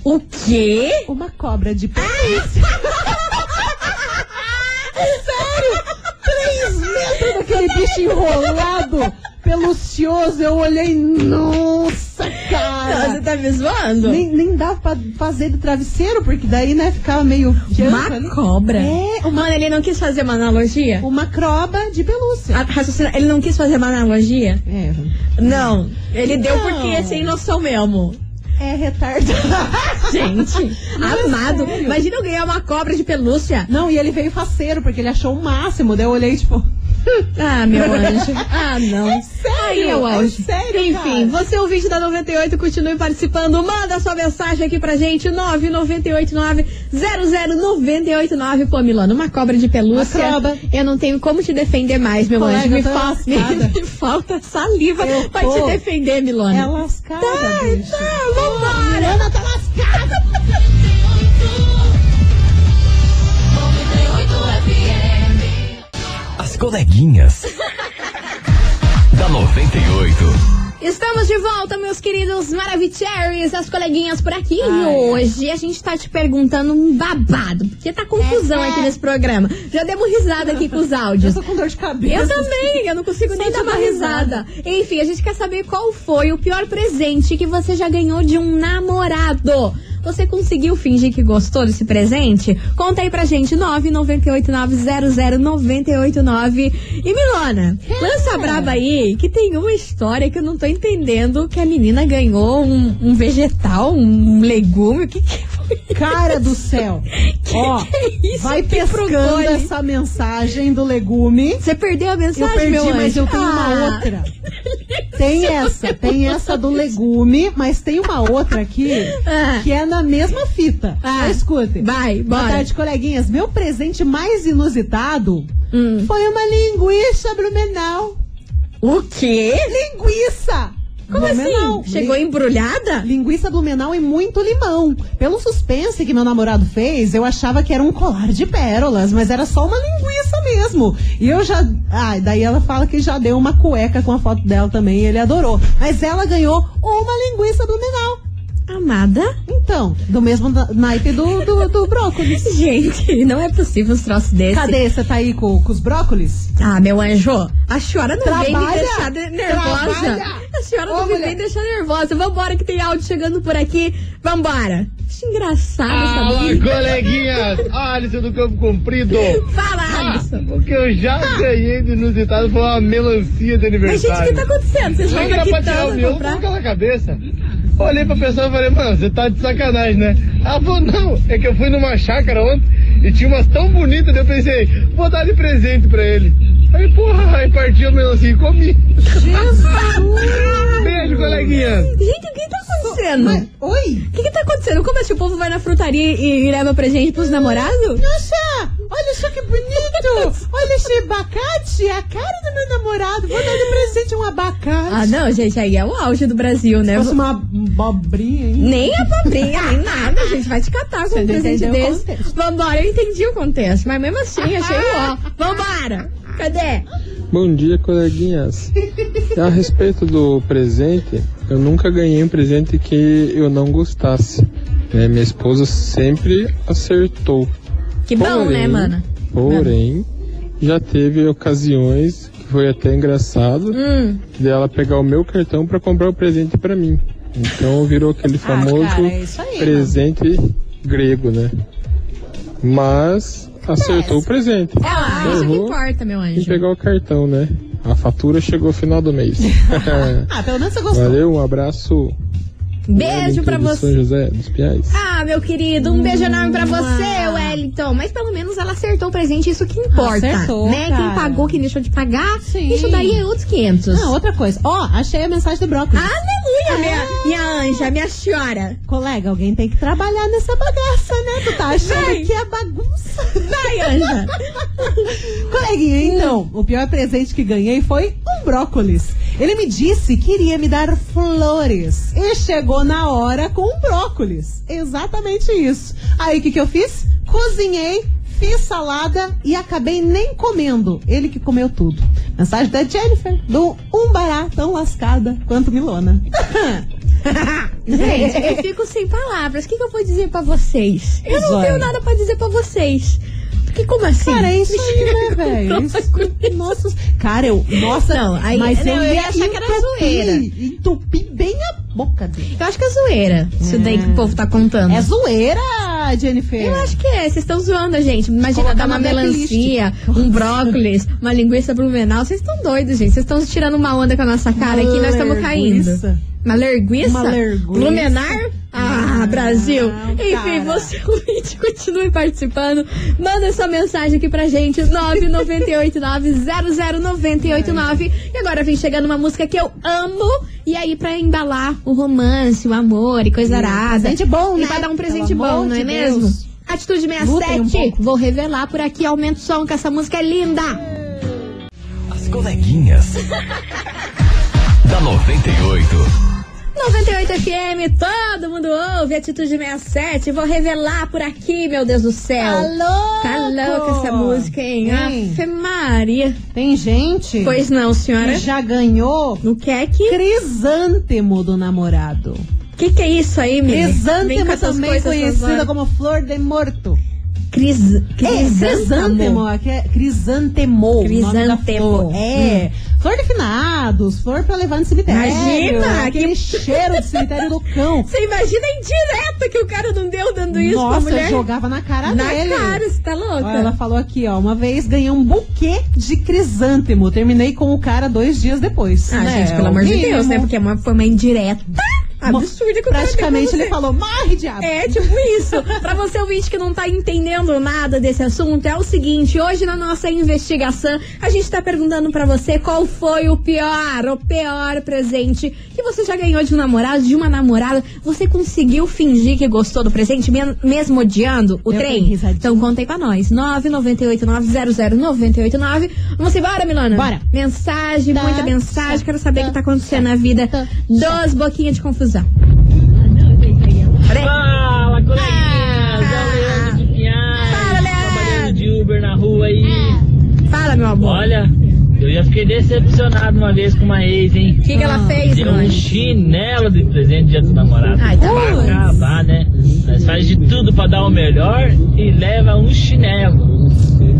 [SPEAKER 2] O quê?
[SPEAKER 3] Uma cobra de pelúcia. *laughs* Sério? Três metros daquele bicho enrolado, pelucioso. Eu olhei, nossa, cara.
[SPEAKER 2] Não, você tá me zoando?
[SPEAKER 3] Nem, nem dava pra fazer do travesseiro, porque daí, né, ficava meio. fiança ali.
[SPEAKER 2] Uma cobra.
[SPEAKER 3] É,
[SPEAKER 2] né? Mano, ele não quis fazer uma analogia?
[SPEAKER 3] Uma croba de pelúcia.
[SPEAKER 2] A- raciocina- Ele não quis fazer uma analogia?
[SPEAKER 3] É.
[SPEAKER 2] Não. Ele deu
[SPEAKER 3] Não.
[SPEAKER 2] porque é sem noção *laughs* mesmo.
[SPEAKER 3] É retardado.
[SPEAKER 2] Gente,
[SPEAKER 3] Não, é
[SPEAKER 2] amado.
[SPEAKER 3] sério.
[SPEAKER 2] Imagina eu ganhar uma cobra de pelúcia.
[SPEAKER 3] *laughs* Não, e ele veio faceiro, porque ele achou o máximo. Daí eu olhei, tipo. *laughs*
[SPEAKER 2] Ah, meu anjo. Ah, não. Aí é o
[SPEAKER 3] é
[SPEAKER 2] auge.
[SPEAKER 3] sério,
[SPEAKER 2] Enfim, você ouvinte da 98, continue participando. Manda sua mensagem aqui pra gente. 998900989. Pô, Milano, uma cobra de pelúcia.
[SPEAKER 3] Uma cobra.
[SPEAKER 2] Eu não tenho como te defender mais, meu
[SPEAKER 3] Colega,
[SPEAKER 2] anjo. Me,
[SPEAKER 3] eu tô
[SPEAKER 2] fa-
[SPEAKER 3] lascada.
[SPEAKER 2] *laughs* me falta saliva
[SPEAKER 3] Eu
[SPEAKER 2] pra te
[SPEAKER 3] tô.
[SPEAKER 2] defender, Milano.
[SPEAKER 3] É lascada. bicho.
[SPEAKER 2] Ah, vambora.
[SPEAKER 3] Ana tá lascada.
[SPEAKER 5] As coleguinhas. da 98.
[SPEAKER 2] Estamos de volta, meus queridos Maravicheries, as coleguinhas por aqui. e hoje a gente tá te perguntando um babado, porque
[SPEAKER 3] É
[SPEAKER 2] tá confusão aqui nesse programa. Já demos risada aqui com os
[SPEAKER 3] Eu
[SPEAKER 2] áudios.
[SPEAKER 3] tô com dor de cabeça.
[SPEAKER 2] Eu também, eu não consigo nem
[SPEAKER 3] de
[SPEAKER 2] dar uma
[SPEAKER 3] dar
[SPEAKER 2] risada. Enfim, a gente quer saber qual foi o pior presente que você já ganhou de um namorado. Você conseguiu fingir que gostou desse presente? Conta aí pra gente, 998900989. E Milona, lança a
[SPEAKER 3] É.
[SPEAKER 2] braba aí, que tem uma história que eu não tô entendendo, que a menina ganhou um, um vegetal, um legume, o que que foi?
[SPEAKER 3] Cara do céu. Ó,
[SPEAKER 2] *laughs* que é isso?
[SPEAKER 3] vai
[SPEAKER 2] Que
[SPEAKER 3] pescando
[SPEAKER 2] frugole.
[SPEAKER 3] essa mensagem do legume.
[SPEAKER 2] Você perdeu a
[SPEAKER 3] Eu
[SPEAKER 2] mensagem, meu
[SPEAKER 3] perdi,
[SPEAKER 2] anjo?
[SPEAKER 3] mas eu tenho uma
[SPEAKER 2] Ah,
[SPEAKER 3] outra. Tem essa, tem essa do legume, mas tem uma outra aqui
[SPEAKER 2] Ah.
[SPEAKER 3] que é na mesma fita.
[SPEAKER 2] Ah.
[SPEAKER 3] Então Escutem.
[SPEAKER 2] Vai,
[SPEAKER 3] Boa
[SPEAKER 2] bora.
[SPEAKER 3] tarde, coleguinhas. Meu presente mais inusitado
[SPEAKER 2] Hum.
[SPEAKER 3] foi uma linguiça Blumenau.
[SPEAKER 2] O quê?
[SPEAKER 3] Linguiça!
[SPEAKER 2] Como
[SPEAKER 3] é Blumenau.
[SPEAKER 2] assim? Chegou embrulhada?
[SPEAKER 3] Linguiça Blumenau e muito limão. Pelo suspense que meu namorado fez, eu achava que era um colar de pérolas, mas era só uma linguiça mesmo. E eu já. Ai, daí ela fala que já deu uma cueca com a foto dela também e ele adorou. Mas ela ganhou uma linguiça Blumenau.
[SPEAKER 2] Amada?
[SPEAKER 3] Então, do mesmo na- naipe do, do, do brócolis.
[SPEAKER 2] Gente, *laughs* não é possível os troços desse.
[SPEAKER 3] Cadê? Você tá aí com, com os brócolis?
[SPEAKER 2] Ah, meu anjo, a senhora não vem me
[SPEAKER 3] Trabalha!
[SPEAKER 2] deixar de- nervosa.
[SPEAKER 3] Trabalha!
[SPEAKER 2] A senhora
[SPEAKER 3] Ô,
[SPEAKER 2] não me
[SPEAKER 3] mulher.
[SPEAKER 2] vem deixar nervosa. Vambora que tem áudio chegando por aqui. Vambora. Acho engraçado,
[SPEAKER 1] Fala,
[SPEAKER 2] sabia?
[SPEAKER 1] coleguinhas! Alisson do Campo Comprido!
[SPEAKER 2] *laughs*
[SPEAKER 1] Ah,
[SPEAKER 2] Fala, Alisson.
[SPEAKER 1] O que eu já ganhei de inusitado foi uma melancia de
[SPEAKER 2] Mas, gente, o
[SPEAKER 1] aniversário.
[SPEAKER 2] que tá acontecendo? Vocês
[SPEAKER 1] Só
[SPEAKER 2] vão
[SPEAKER 1] que era
[SPEAKER 2] daqui
[SPEAKER 1] pra tirar o
[SPEAKER 2] tanto
[SPEAKER 1] meu
[SPEAKER 2] comprar?
[SPEAKER 1] com aquela cabeça. Olhei pra pessoa e falei, mano, você tá de sacanagem, né? Ela falou, não, é que eu fui numa chácara ontem e tinha umas tão bonitas, daí eu pensei, vou dar de presente pra ele. Aí, porra, aí partiu a melancia e comi. *laughs* Beijo, coleguinhas!
[SPEAKER 2] Gente, o que tá acontecendo?
[SPEAKER 3] Mas- oi!
[SPEAKER 2] O que, que tá acontecendo? Como é que o povo vai na frutaria e, e leva presente pros namorados?
[SPEAKER 3] Nossa, olha só que bonito! Olha esse abacate, é a cara do meu namorado. Vou dar de presente um abacate.
[SPEAKER 2] Ah, não, gente, aí é o auge do Brasil, né?
[SPEAKER 3] Se fosse uma abobrinha, hein?
[SPEAKER 2] Nem a papinha, nem nada, gente. Vai te catar com
[SPEAKER 3] Você
[SPEAKER 2] um
[SPEAKER 3] não
[SPEAKER 2] presente
[SPEAKER 3] entendeu o
[SPEAKER 2] desse.
[SPEAKER 3] contexto.
[SPEAKER 2] Vambora, eu entendi o contexto, mas mesmo assim, achei ó. Vambora! Cadê?
[SPEAKER 8] Bom dia, coleguinhas. A respeito do presente, eu nunca ganhei um presente que eu não gostasse. né? Minha esposa sempre acertou.
[SPEAKER 2] Que bom, né, mana?
[SPEAKER 8] Porém, já teve ocasiões que foi até engraçado
[SPEAKER 2] Hum,
[SPEAKER 8] dela pegar o meu cartão para comprar o presente para mim. Então virou
[SPEAKER 2] Ah,
[SPEAKER 8] aquele famoso
[SPEAKER 3] cara, é isso aí,
[SPEAKER 8] presente grego, né? Mas acertou o presente.
[SPEAKER 2] é lá, isso que
[SPEAKER 8] Errou.
[SPEAKER 2] importa, meu
[SPEAKER 8] E
[SPEAKER 2] anjo.
[SPEAKER 8] pegar o cartão, né? A fatura chegou final do
[SPEAKER 2] *laughs*
[SPEAKER 8] mês. *laughs*
[SPEAKER 3] Ah, pelo menos você gostou.
[SPEAKER 8] Valeu, um abraço.
[SPEAKER 2] Beijo pra
[SPEAKER 8] Wellington de São
[SPEAKER 2] você.
[SPEAKER 8] José dos Piais.
[SPEAKER 2] Ah, meu querido, um beijo enorme pra você, Wellington. Mas pelo menos ela acertou o presente, isso que importa.
[SPEAKER 3] Acertou,
[SPEAKER 2] né? Quem
[SPEAKER 3] cara.
[SPEAKER 2] pagou, quem deixou de pagar,
[SPEAKER 3] Sim.
[SPEAKER 2] isso daí é outros 500.
[SPEAKER 3] Ah, outra coisa. Ó, achei a mensagem do brócolis.
[SPEAKER 2] Aleluia, minha,
[SPEAKER 3] Ah.
[SPEAKER 2] minha anja, minha senhora.
[SPEAKER 3] Colega, alguém tem que trabalhar nessa bagaça, né? Tu tá achando
[SPEAKER 2] Vai.
[SPEAKER 3] que é bagunça. *laughs*
[SPEAKER 2] Vai, anja.
[SPEAKER 3] Coleguinha, então, o pior presente que ganhei foi um brócolis. Ele me disse que iria me dar flores e chegou na hora com um brócolis. Exatamente isso. Aí o que, que eu fiz? Cozinhei, fiz salada e acabei nem comendo. Ele que comeu tudo. Mensagem da Jennifer, do Umbará, tão lascada quanto Milona.
[SPEAKER 2] Gente, eu fico sem palavras. O que, que eu vou dizer pra vocês? Eu não
[SPEAKER 3] Zóio.
[SPEAKER 2] tenho nada pra dizer pra vocês. Porque como assim?
[SPEAKER 3] Cara, é isso
[SPEAKER 2] Me
[SPEAKER 3] aí, né,
[SPEAKER 2] chega com
[SPEAKER 3] velho?
[SPEAKER 2] tanta
[SPEAKER 3] Isso-
[SPEAKER 2] coisa.
[SPEAKER 3] Nossa, cara, eu. Nossa,
[SPEAKER 2] Não, aí-
[SPEAKER 3] mas
[SPEAKER 2] não,
[SPEAKER 3] eu,
[SPEAKER 2] eu
[SPEAKER 3] ia
[SPEAKER 2] ia achar que era
[SPEAKER 3] entupir,
[SPEAKER 2] zoeira.
[SPEAKER 3] Entupi bem a boca dele.
[SPEAKER 2] Eu acho que é zoeira. Isso daí que o povo tá contando.
[SPEAKER 3] É zoeira, Jennifer.
[SPEAKER 2] Eu acho que é, vocês estão zoando a gente. Imagina
[SPEAKER 3] Colocar
[SPEAKER 2] dar uma
[SPEAKER 3] na blacklist.
[SPEAKER 2] melancia, um brócolis, uma linguiça blumenau. Vocês estão doidos, gente. Vocês estão tirando uma onda com a nossa cara aqui e nós estamos caindo.
[SPEAKER 3] Lerguiça.
[SPEAKER 2] Uma lerguiça?
[SPEAKER 3] Uma lerguiça.
[SPEAKER 2] Blumenar? Ah, Brasil.
[SPEAKER 3] Ah,
[SPEAKER 2] Enfim,
[SPEAKER 3] cara.
[SPEAKER 2] você *laughs* ouvinte, continue participando. Manda sua mensagem aqui pra gente, 998900989. E agora vem chegando uma música que eu amo. E aí, pra embalar o romance, o amor e coisa arada.
[SPEAKER 3] presente bom,
[SPEAKER 2] E
[SPEAKER 3] né?
[SPEAKER 2] pra dar um presente
[SPEAKER 3] Pelo
[SPEAKER 2] bom,
[SPEAKER 3] amor
[SPEAKER 2] não é
[SPEAKER 3] de
[SPEAKER 2] mesmo?
[SPEAKER 3] Deus.
[SPEAKER 2] Atitude
[SPEAKER 3] Lutem
[SPEAKER 2] 67.
[SPEAKER 3] um pouco.
[SPEAKER 2] Vou revelar por aqui, aumenta o som, que essa música é linda.
[SPEAKER 5] As coleguinhas. da 98.
[SPEAKER 2] 98 FM, todo mundo ouve, Atitude 67. Vou revelar por aqui, meu Deus do céu.
[SPEAKER 3] Tá louco?
[SPEAKER 2] Tá louca essa música, hein?
[SPEAKER 3] Hein?
[SPEAKER 2] Afe Maria.
[SPEAKER 3] Tem gente
[SPEAKER 2] Pois é, né? não, senhora.
[SPEAKER 3] que já ganhou
[SPEAKER 2] O que é que.
[SPEAKER 3] crisântemo do namorado.
[SPEAKER 2] Que que é isso aí, menina? Vem com
[SPEAKER 3] Crisântemo
[SPEAKER 2] essas
[SPEAKER 3] também
[SPEAKER 2] coisas,
[SPEAKER 3] conhecida É,
[SPEAKER 2] Rosana.
[SPEAKER 3] como flor de morto.
[SPEAKER 2] Cris... Crisântemo.
[SPEAKER 3] É, aqui é crisantemo.
[SPEAKER 2] Crisântemo, Hum.
[SPEAKER 3] o nome da flor. É. Flor de finados, flor pra levar no cemitério.
[SPEAKER 2] Imagina,
[SPEAKER 3] Aquele cheiro de cemitério do
[SPEAKER 2] *laughs*
[SPEAKER 3] cão.
[SPEAKER 2] Você imagina a indireta que o cara não deu dando isso pra
[SPEAKER 3] Nossa,
[SPEAKER 2] mulher?
[SPEAKER 3] jogava na cara
[SPEAKER 2] Na
[SPEAKER 3] dele.
[SPEAKER 2] cara, você tá
[SPEAKER 3] Ó,
[SPEAKER 2] louca?
[SPEAKER 3] Ela falou aqui, ó, uma vez ganhei um buquê de crisântemo. Terminei com o cara dois dias depois.
[SPEAKER 2] Ah,
[SPEAKER 3] né?
[SPEAKER 2] gente,
[SPEAKER 3] O
[SPEAKER 2] pelo amor de
[SPEAKER 3] mínimo.
[SPEAKER 2] Deus, né? Porque é uma, foi uma indireta absurda que o cara deu pra
[SPEAKER 3] Praticamente ele
[SPEAKER 2] você.
[SPEAKER 3] falou, morre, diabo.
[SPEAKER 2] É, tipo isso. *laughs* pra você ouvinte que não tá entendendo nada desse assunto, é o seguinte, hoje na nossa investigação, a gente tá perguntando pra você qual foi o pior, o pior presente que você já ganhou de um namorado, de uma namorada. Você conseguiu fingir que gostou do presente, men- mesmo odiando o
[SPEAKER 3] Eu dei
[SPEAKER 2] trem?
[SPEAKER 3] risadinha.
[SPEAKER 2] Então contem pra nós. 998900989. Vamos embora, Milana?
[SPEAKER 3] Bora.
[SPEAKER 2] Mensagem,
[SPEAKER 3] Tá.
[SPEAKER 2] muita mensagem. Quero saber o que tá acontecendo na vida
[SPEAKER 3] Tá.
[SPEAKER 2] dos boquinha de confusão. Peraí.
[SPEAKER 9] Fala, coleguinhas! É o Leandro de Pinhais.
[SPEAKER 2] Fala, Leandro.
[SPEAKER 9] Trabalhando de Uber na rua aí.
[SPEAKER 2] Fala, meu amor.
[SPEAKER 9] Olha, eu já fiquei decepcionado uma vez com uma ex, hein?
[SPEAKER 2] O que, que ela fez,
[SPEAKER 9] Deu um
[SPEAKER 2] mãe?
[SPEAKER 9] chinelo de presente de dia dos namorados.
[SPEAKER 2] Ai, tá
[SPEAKER 9] pra
[SPEAKER 2] bom.
[SPEAKER 9] acabar, né? Mas faz de tudo pra dar o melhor e leva um chinelo.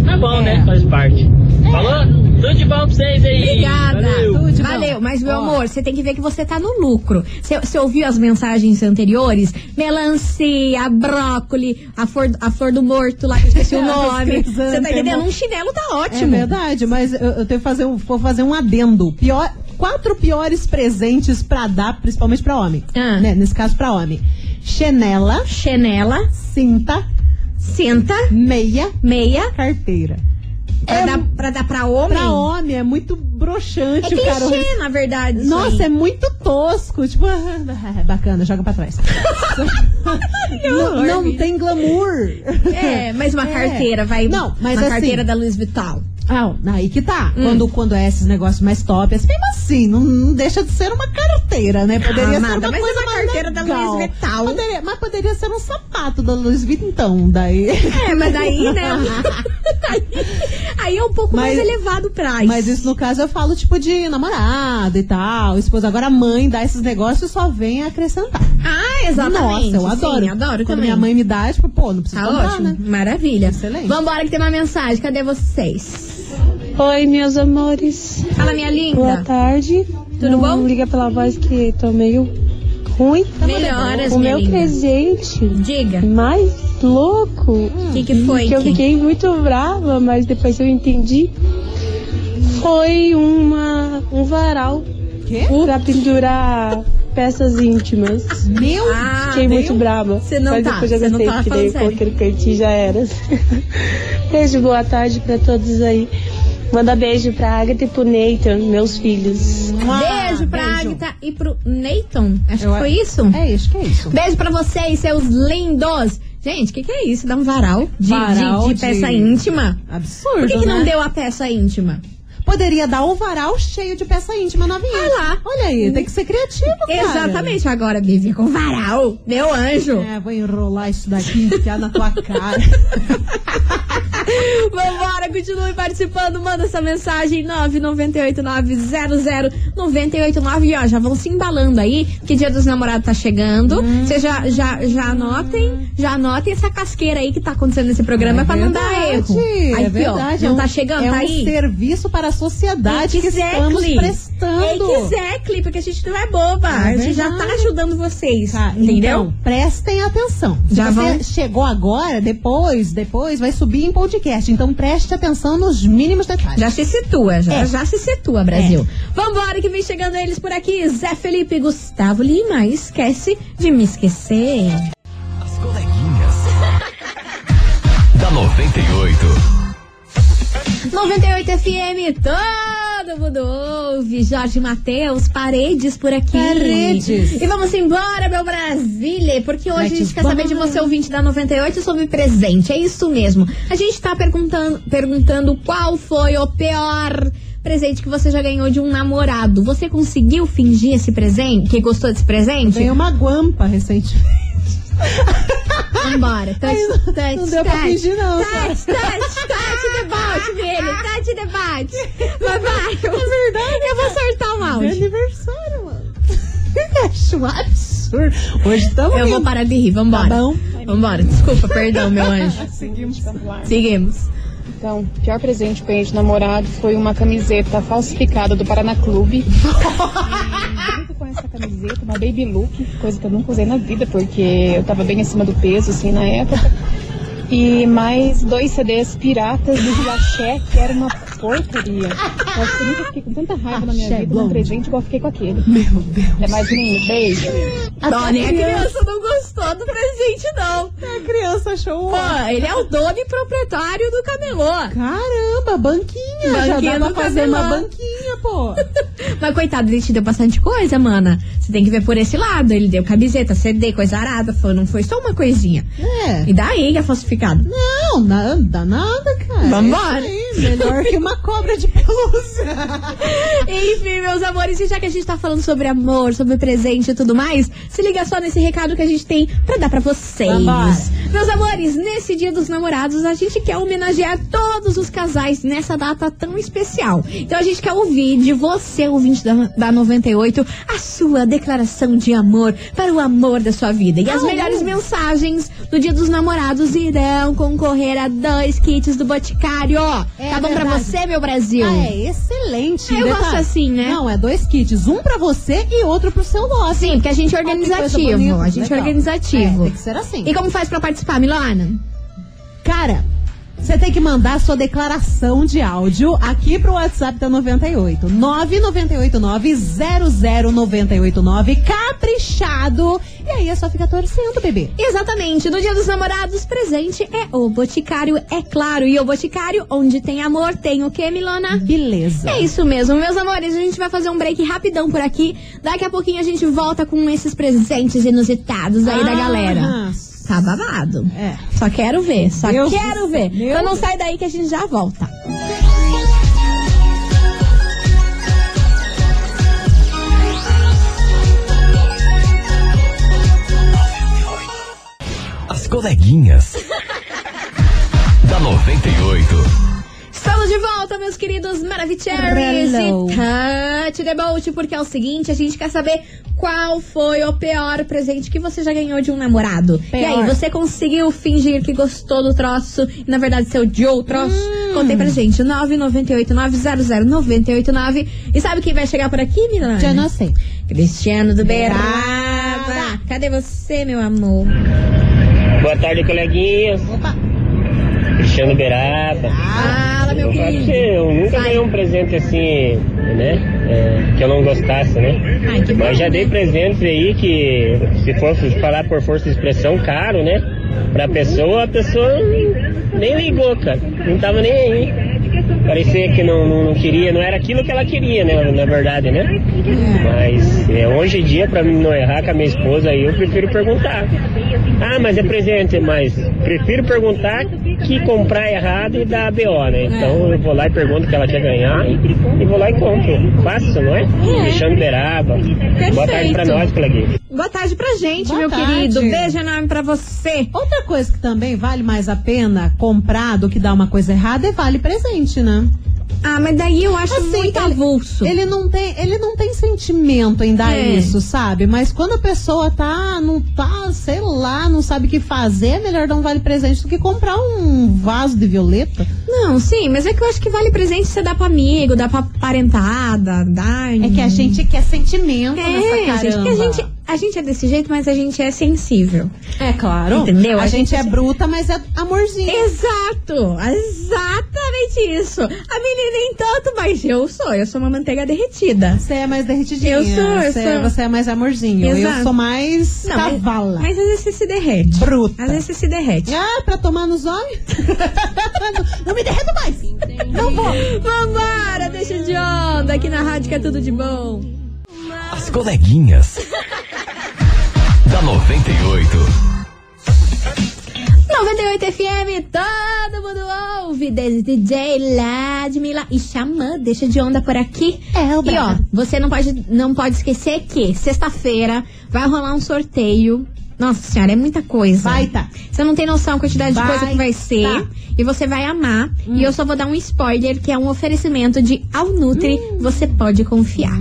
[SPEAKER 9] Tá bom,
[SPEAKER 2] É.
[SPEAKER 9] né? Faz parte. Falou? Tudo de bom pra vocês aí.
[SPEAKER 2] Obrigada.
[SPEAKER 9] Valeu.
[SPEAKER 2] Valeu,
[SPEAKER 3] Tudo de bom.
[SPEAKER 2] mas meu
[SPEAKER 3] Ó.
[SPEAKER 2] amor, você tem que ver que você tá no lucro. Você você ouviu as mensagens anteriores? Melancia, brócoli, a flor, a flor do morto lá, que eu
[SPEAKER 3] *laughs*
[SPEAKER 2] esqueci o nome. Você tá entendendo? Um chinelo tá
[SPEAKER 3] né, É
[SPEAKER 2] ótimo.
[SPEAKER 3] verdade, mas eu, eu tenho que fazer um, vou fazer um adendo. Pior, quatro piores presentes pra dar, principalmente pra homem.
[SPEAKER 2] Ah.
[SPEAKER 3] Né? Nesse caso, pra homem. Chinela,
[SPEAKER 2] Chinela,
[SPEAKER 3] cinta,
[SPEAKER 2] cinta,
[SPEAKER 3] meia,
[SPEAKER 2] meia,
[SPEAKER 3] carteira.
[SPEAKER 2] pra, dar, pra dar pra homem.
[SPEAKER 3] É Pra homem é muito broxante
[SPEAKER 2] é
[SPEAKER 3] o cara.
[SPEAKER 2] clichê, na verdade. isso
[SPEAKER 3] Nossa,
[SPEAKER 2] aí.
[SPEAKER 3] é muito tosco. Tipo, ah, bacana, joga pra
[SPEAKER 2] *laughs*
[SPEAKER 3] trás. não, não tem glamour.
[SPEAKER 2] É, mas uma
[SPEAKER 3] É.
[SPEAKER 2] carteira, vai.
[SPEAKER 3] Não, mas
[SPEAKER 2] uma
[SPEAKER 3] assim-
[SPEAKER 2] carteira da Luiz Vital.
[SPEAKER 3] Ah, aí que tá.
[SPEAKER 2] Hum.
[SPEAKER 3] Quando, quando é esses negócios mais top, assim, mesmo assim, não, não deixa de ser uma carteira, né? Poderia
[SPEAKER 2] Ah, amada,
[SPEAKER 3] ser uma
[SPEAKER 2] mas
[SPEAKER 3] coisa
[SPEAKER 2] é uma
[SPEAKER 3] mais
[SPEAKER 2] carteira da
[SPEAKER 3] legal.
[SPEAKER 2] Louis Vuitton.
[SPEAKER 3] Poderia- mas poderia ser um sapato da Louis Vuitton, daí.
[SPEAKER 2] É, mas
[SPEAKER 3] *laughs*
[SPEAKER 2] daí, né? aí, aí é um pouco mais
[SPEAKER 3] Mas-
[SPEAKER 2] elevado o price.
[SPEAKER 3] Mas isso, no caso, eu falo, tipo, de namorada e tal, esposa. Agora, a mãe dá esses negócios só vem acrescentar.
[SPEAKER 2] Ah, exatamente.
[SPEAKER 3] Nossa, eu adoro.
[SPEAKER 2] Sim, adoro
[SPEAKER 3] Quando
[SPEAKER 2] também.
[SPEAKER 3] minha mãe me dá, tipo, pô, não precisa
[SPEAKER 2] Tá
[SPEAKER 3] comprar,
[SPEAKER 2] ótimo.
[SPEAKER 3] né?
[SPEAKER 2] Maravilha.
[SPEAKER 3] Excelente.
[SPEAKER 2] Vambora que tem uma mensagem. Cadê vocês?
[SPEAKER 7] Oi, meus amores.
[SPEAKER 2] Fala, minha
[SPEAKER 7] Boa
[SPEAKER 2] linda.
[SPEAKER 7] tarde.
[SPEAKER 2] Tudo
[SPEAKER 7] Não
[SPEAKER 2] bom?
[SPEAKER 7] Liga pela voz que tô meio ruim.
[SPEAKER 3] Tá
[SPEAKER 2] Melhoras,
[SPEAKER 7] O
[SPEAKER 2] minha
[SPEAKER 7] meu
[SPEAKER 2] linda.
[SPEAKER 7] presente
[SPEAKER 2] Diga.
[SPEAKER 7] mais louco
[SPEAKER 3] Hum,
[SPEAKER 2] O que, que foi?
[SPEAKER 7] que eu
[SPEAKER 2] que-
[SPEAKER 7] fiquei muito brava, mas depois eu entendi. Foi uma, um varal
[SPEAKER 3] Quê?
[SPEAKER 7] pra pendurar peças íntimas.
[SPEAKER 3] Meu
[SPEAKER 2] Ah,
[SPEAKER 7] Fiquei muito brava.
[SPEAKER 2] Você não
[SPEAKER 7] mas
[SPEAKER 2] tá,
[SPEAKER 7] depois eu
[SPEAKER 2] você não
[SPEAKER 7] gostei,
[SPEAKER 2] tava
[SPEAKER 7] que daí
[SPEAKER 2] falando
[SPEAKER 7] eu coloquei no cantinho e já era. *laughs* beijo, boa tarde pra todos aí. Manda beijo pra Agatha e pro Nathan, meus filhos.
[SPEAKER 2] Beijo pra
[SPEAKER 3] Ah, beijo.
[SPEAKER 2] Agatha e pro Nathan. Acho
[SPEAKER 3] Eu-
[SPEAKER 2] que foi isso.
[SPEAKER 3] É isso, que é isso.
[SPEAKER 2] Beijo pra vocês, seus lindos. Gente, o que, que é isso? Dá um varal de,
[SPEAKER 3] Varal
[SPEAKER 2] de- de
[SPEAKER 3] de-
[SPEAKER 2] peça íntima?
[SPEAKER 3] Absurdo,
[SPEAKER 2] Por que, que não
[SPEAKER 3] né?
[SPEAKER 2] deu a peça íntima?
[SPEAKER 3] Poderia dar um varal cheio de peça íntima novinha.
[SPEAKER 2] Ah lá.
[SPEAKER 3] Olha aí, tem que ser criativo, cara.
[SPEAKER 2] Exatamente, agora vive com varal, meu anjo.
[SPEAKER 3] É, vou enrolar isso daqui, enfiar na tua cara.
[SPEAKER 2] Vambora, continue participando, manda essa mensagem 998900989 e ó, já vão se embalando aí, que dia dos namorados tá chegando.
[SPEAKER 3] Uhum.
[SPEAKER 2] Vocês já, já, já anotem, já anotem essa casqueira aí que tá acontecendo nesse programa *laughs* pra não dar erro.
[SPEAKER 3] É Verdade,
[SPEAKER 2] Aí,
[SPEAKER 3] é
[SPEAKER 2] ó,
[SPEAKER 3] verdade.
[SPEAKER 2] não
[SPEAKER 3] é um-
[SPEAKER 2] tá chegando,
[SPEAKER 3] é
[SPEAKER 2] tá
[SPEAKER 3] um
[SPEAKER 2] aí.
[SPEAKER 3] serviço para a sociedade que estamos prestando.
[SPEAKER 2] Exactly, porque a gente não é boba.
[SPEAKER 3] É
[SPEAKER 2] a gente já tá
[SPEAKER 3] verdade.
[SPEAKER 2] ajudando vocês.
[SPEAKER 3] Tá,
[SPEAKER 2] entendeu?
[SPEAKER 3] Então, prestem atenção. Se
[SPEAKER 2] Já
[SPEAKER 3] você
[SPEAKER 2] vão-
[SPEAKER 3] chegou agora, depois, depois vai subir em podcast. Então preste atenção nos mínimos detalhes.
[SPEAKER 2] Já se situa, já,
[SPEAKER 3] É.
[SPEAKER 2] já se situa, Brasil. Vambora que vem chegando eles por aqui. Zé Felipe e Gustavo Lima, esquece de me esquecer.
[SPEAKER 5] As coleguinhas. da 98.
[SPEAKER 2] 98 FM, todo mundo ouve. Jorge Matheus, paredes por aqui.
[SPEAKER 3] Paredes.
[SPEAKER 2] E vamos embora, meu Brasília, porque hoje a gente
[SPEAKER 3] Let's
[SPEAKER 2] quer saber de
[SPEAKER 3] bora.
[SPEAKER 2] você, ouvinte da 98, sobre presente. É isso mesmo. A gente tá perguntando, perguntando qual foi o pior presente que você já ganhou de um namorado. Você conseguiu fingir esse presente? Que gostou desse presente?
[SPEAKER 3] Ganhei uma guampa recentemente.
[SPEAKER 2] Vambora. Touch,
[SPEAKER 3] Aí não-
[SPEAKER 2] touch,
[SPEAKER 3] não deu pra
[SPEAKER 2] touch.
[SPEAKER 3] fingir, não,
[SPEAKER 2] Touch, touch, touch debate, filho. Touch debate. Vai, vai. É verdade. Eu vou sortar um
[SPEAKER 3] Meu
[SPEAKER 2] áudio.
[SPEAKER 3] aniversário, mano. *laughs* Eu acho um absurdo. Hoje estamos
[SPEAKER 2] Eu vou parar de rir, vambora.
[SPEAKER 3] Tá bom.
[SPEAKER 2] Vambora, desculpa, perdão, meu anjo. Seguimos.
[SPEAKER 10] Então, o pior presente que eu ganhei de namorado foi uma camiseta falsificada do Paraná
[SPEAKER 3] *laughs*
[SPEAKER 10] Clube. Eu fico com essa camiseta, uma baby look, coisa que eu nunca usei na vida, porque eu tava bem acima do peso, assim, na época. E mais dois CDs piratas do Riaché, que era uma porcaria. Eu acho que eu nunca fiquei com tanta raiva na minha
[SPEAKER 3] Axé
[SPEAKER 10] vida num
[SPEAKER 3] Gold.
[SPEAKER 10] presente igual eu fiquei com aquele.
[SPEAKER 3] Meu Deus.
[SPEAKER 10] Até mais lindo, beijo.
[SPEAKER 2] Não, nem a é criança não gostou do presente, não.
[SPEAKER 3] A criança achou. um-
[SPEAKER 2] Pô, ele é o dono e proprietário do camelô.
[SPEAKER 3] Caramba, banquinha.
[SPEAKER 2] Banquinha
[SPEAKER 3] Já dá pra
[SPEAKER 2] do
[SPEAKER 3] fazer uma
[SPEAKER 2] cabelão.
[SPEAKER 3] banquinha, pô.
[SPEAKER 2] Mas coitado, ele te deu bastante coisa, mana. Você tem que ver por esse lado. Ele deu camiseta, CD, coisa arada. Foi- Não foi só uma coisinha.
[SPEAKER 3] É.
[SPEAKER 2] E daí que é falsificado.
[SPEAKER 3] Não, nada, nada, cara.
[SPEAKER 2] Vambora.
[SPEAKER 3] É isso aí, melhor que uma cobra de
[SPEAKER 2] *laughs*
[SPEAKER 3] pelúcia.
[SPEAKER 2] Enfim, meus amores, e já que a gente tá falando sobre amor, sobre presente e tudo mais, se liga só nesse recado que a gente tem pra dar pra vocês.
[SPEAKER 3] Vambora.
[SPEAKER 2] Meus amores, nesse dia dos namorados, a gente quer homenagear todos os casais nessa data tão especial. Então a gente quer ouvir de você, ouvinte da, da 98, a sua declaração de amor para o amor da sua vida. E as
[SPEAKER 3] Ah, é?
[SPEAKER 2] melhores mensagens do dia dos namorados irão concorrer a dois kits do Boticário.
[SPEAKER 3] É
[SPEAKER 2] tá bom pra
[SPEAKER 3] verdade.
[SPEAKER 2] você, meu Brasil?
[SPEAKER 3] Ah, é excelente.
[SPEAKER 2] Ah, eu
[SPEAKER 3] Detalhe.
[SPEAKER 2] gosto assim, né?
[SPEAKER 3] Não, é dois kits. Um pra você e outro pro seu lote.
[SPEAKER 2] Sim, porque a gente é
[SPEAKER 3] Olha que coisa
[SPEAKER 2] organizativo.
[SPEAKER 3] bonita.
[SPEAKER 2] A gente é
[SPEAKER 3] Legal.
[SPEAKER 2] organizativo.
[SPEAKER 3] É, tem que ser assim.
[SPEAKER 2] E como faz pra participar, Milona?
[SPEAKER 3] Cara, você tem que mandar sua declaração de áudio aqui pro WhatsApp da 98. 998900989 caprichado. E aí é só ficar torcendo, bebê.
[SPEAKER 2] Exatamente, no Dia dos Namorados, presente é o Boticário, é claro. E o Boticário, onde tem amor, tem o que, Milona?
[SPEAKER 3] Beleza.
[SPEAKER 2] É isso mesmo, meus amores. A gente vai fazer um break rapidão por aqui. Daqui a pouquinho a gente volta com esses presentes inusitados aí da galera. Tá babado.
[SPEAKER 3] Ah, É.
[SPEAKER 2] Só quero ver, só
[SPEAKER 3] Deus
[SPEAKER 2] quero
[SPEAKER 3] do-
[SPEAKER 2] ver.
[SPEAKER 3] Meu
[SPEAKER 2] Então não sai daí que a gente já volta.
[SPEAKER 5] As coleguinhas. da 98.
[SPEAKER 2] Estamos de volta, meus queridos Maravicheries
[SPEAKER 3] Hello.
[SPEAKER 2] e Tati Debolt, porque é o seguinte, a gente quer saber qual foi o pior presente que você já ganhou de um namorado. E
[SPEAKER 3] Pior.
[SPEAKER 2] aí, você conseguiu fingir que gostou do troço e na verdade você odiou o troço? Contei pra gente, 998-900-989. E sabe quem vai chegar por aqui, Milana?
[SPEAKER 3] Já não sei.
[SPEAKER 2] Cristiano do Beraba. Cadê você, meu amor?
[SPEAKER 9] Boa tarde, coleguinhas.
[SPEAKER 3] Opa.
[SPEAKER 9] Cristiano Beraba.
[SPEAKER 2] Ah, Fala, meu
[SPEAKER 9] Eu acho
[SPEAKER 2] querido.
[SPEAKER 9] que eu nunca
[SPEAKER 2] Vai.
[SPEAKER 9] ganhei um presente assim, né? É, que eu não gostasse, né?
[SPEAKER 2] Ai, que bom,
[SPEAKER 9] Mas já
[SPEAKER 2] né?
[SPEAKER 9] dei presentes aí que, se fosse falar por força de expressão, caro, né? Pra pessoa, a pessoa nem ligou, cara. Não tava nem aí. Parecia que não, não, não queria, não era aquilo que ela queria, né? Na verdade, né? Mas é, hoje em dia, pra mim não errar com a minha esposa aí, eu prefiro perguntar. Ah, mas é presente, mas prefiro perguntar que comprar errado e dar BO, né? Então eu vou lá e pergunto o que ela quer ganhar e vou lá e compro. Fácil, não é? Deixando beraba. Boa tarde pra
[SPEAKER 2] Perfeito.
[SPEAKER 9] nós, coleguinha.
[SPEAKER 2] Boa tarde pra gente,
[SPEAKER 3] Boa
[SPEAKER 2] meu
[SPEAKER 3] tarde.
[SPEAKER 2] querido. Beijo enorme pra você.
[SPEAKER 3] Outra coisa que também vale mais a pena comprar do que dar uma coisa errada é vale presente, né?
[SPEAKER 2] Ah, mas daí eu acho
[SPEAKER 3] Assim,
[SPEAKER 2] muito
[SPEAKER 3] ele-
[SPEAKER 2] avulso.
[SPEAKER 3] Ele não tem, ele não tem sentimento em dar
[SPEAKER 2] É.
[SPEAKER 3] isso, sabe? Mas quando a pessoa tá, não tá, sei lá, não sabe o que fazer, é melhor dar um vale presente do que comprar um vaso de violeta.
[SPEAKER 2] Não, sim, mas é que eu acho que vale presente você dá pra amigo, dá pra parentada, dá. em-
[SPEAKER 3] É que a gente quer sentimento nessa
[SPEAKER 2] É,
[SPEAKER 3] caramba.
[SPEAKER 2] gente, porque a gente, a gente é desse jeito, mas a gente é sensível.
[SPEAKER 3] É claro.
[SPEAKER 2] Entendeu?
[SPEAKER 3] A,
[SPEAKER 2] A
[SPEAKER 3] gente, é bruta, mas é amorzinho.
[SPEAKER 2] Exato! Exatamente isso! A menina em tanto, mas eu sou, eu sou uma manteiga derretida.
[SPEAKER 3] Você é mais derretidinha.
[SPEAKER 2] Eu sou, eu
[SPEAKER 3] você,
[SPEAKER 2] sou.
[SPEAKER 3] você é mais amorzinho.
[SPEAKER 2] Exato.
[SPEAKER 3] Eu sou mais
[SPEAKER 2] Não, mas-
[SPEAKER 3] cavala.
[SPEAKER 2] Mas às vezes você se derrete.
[SPEAKER 3] Bruta.
[SPEAKER 2] Às vezes você se derrete.
[SPEAKER 3] Ah, pra tomar nos
[SPEAKER 2] *laughs*
[SPEAKER 3] olhos? não, não me derreto mais. Não vou.
[SPEAKER 2] Então Vambora, deixa de onda aqui na rádio que é tudo de bom.
[SPEAKER 5] As coleguinhas. da 98.
[SPEAKER 2] 98 FM, todo mundo dúvidas, DJ Ladmila e Xamã, deixa de onda por aqui. É, o E ó, você não pode, não pode esquecer que sexta-feira vai rolar um sorteio. Nossa senhora, é muita coisa.
[SPEAKER 3] Vai tá.
[SPEAKER 2] Você não tem noção a quantidade de
[SPEAKER 3] Vai
[SPEAKER 2] coisa que vai ser.
[SPEAKER 3] tá. Hum.
[SPEAKER 2] E você vai amar. E eu só vou dar um spoiler, que é um oferecimento de Alnutri. Você pode confiar.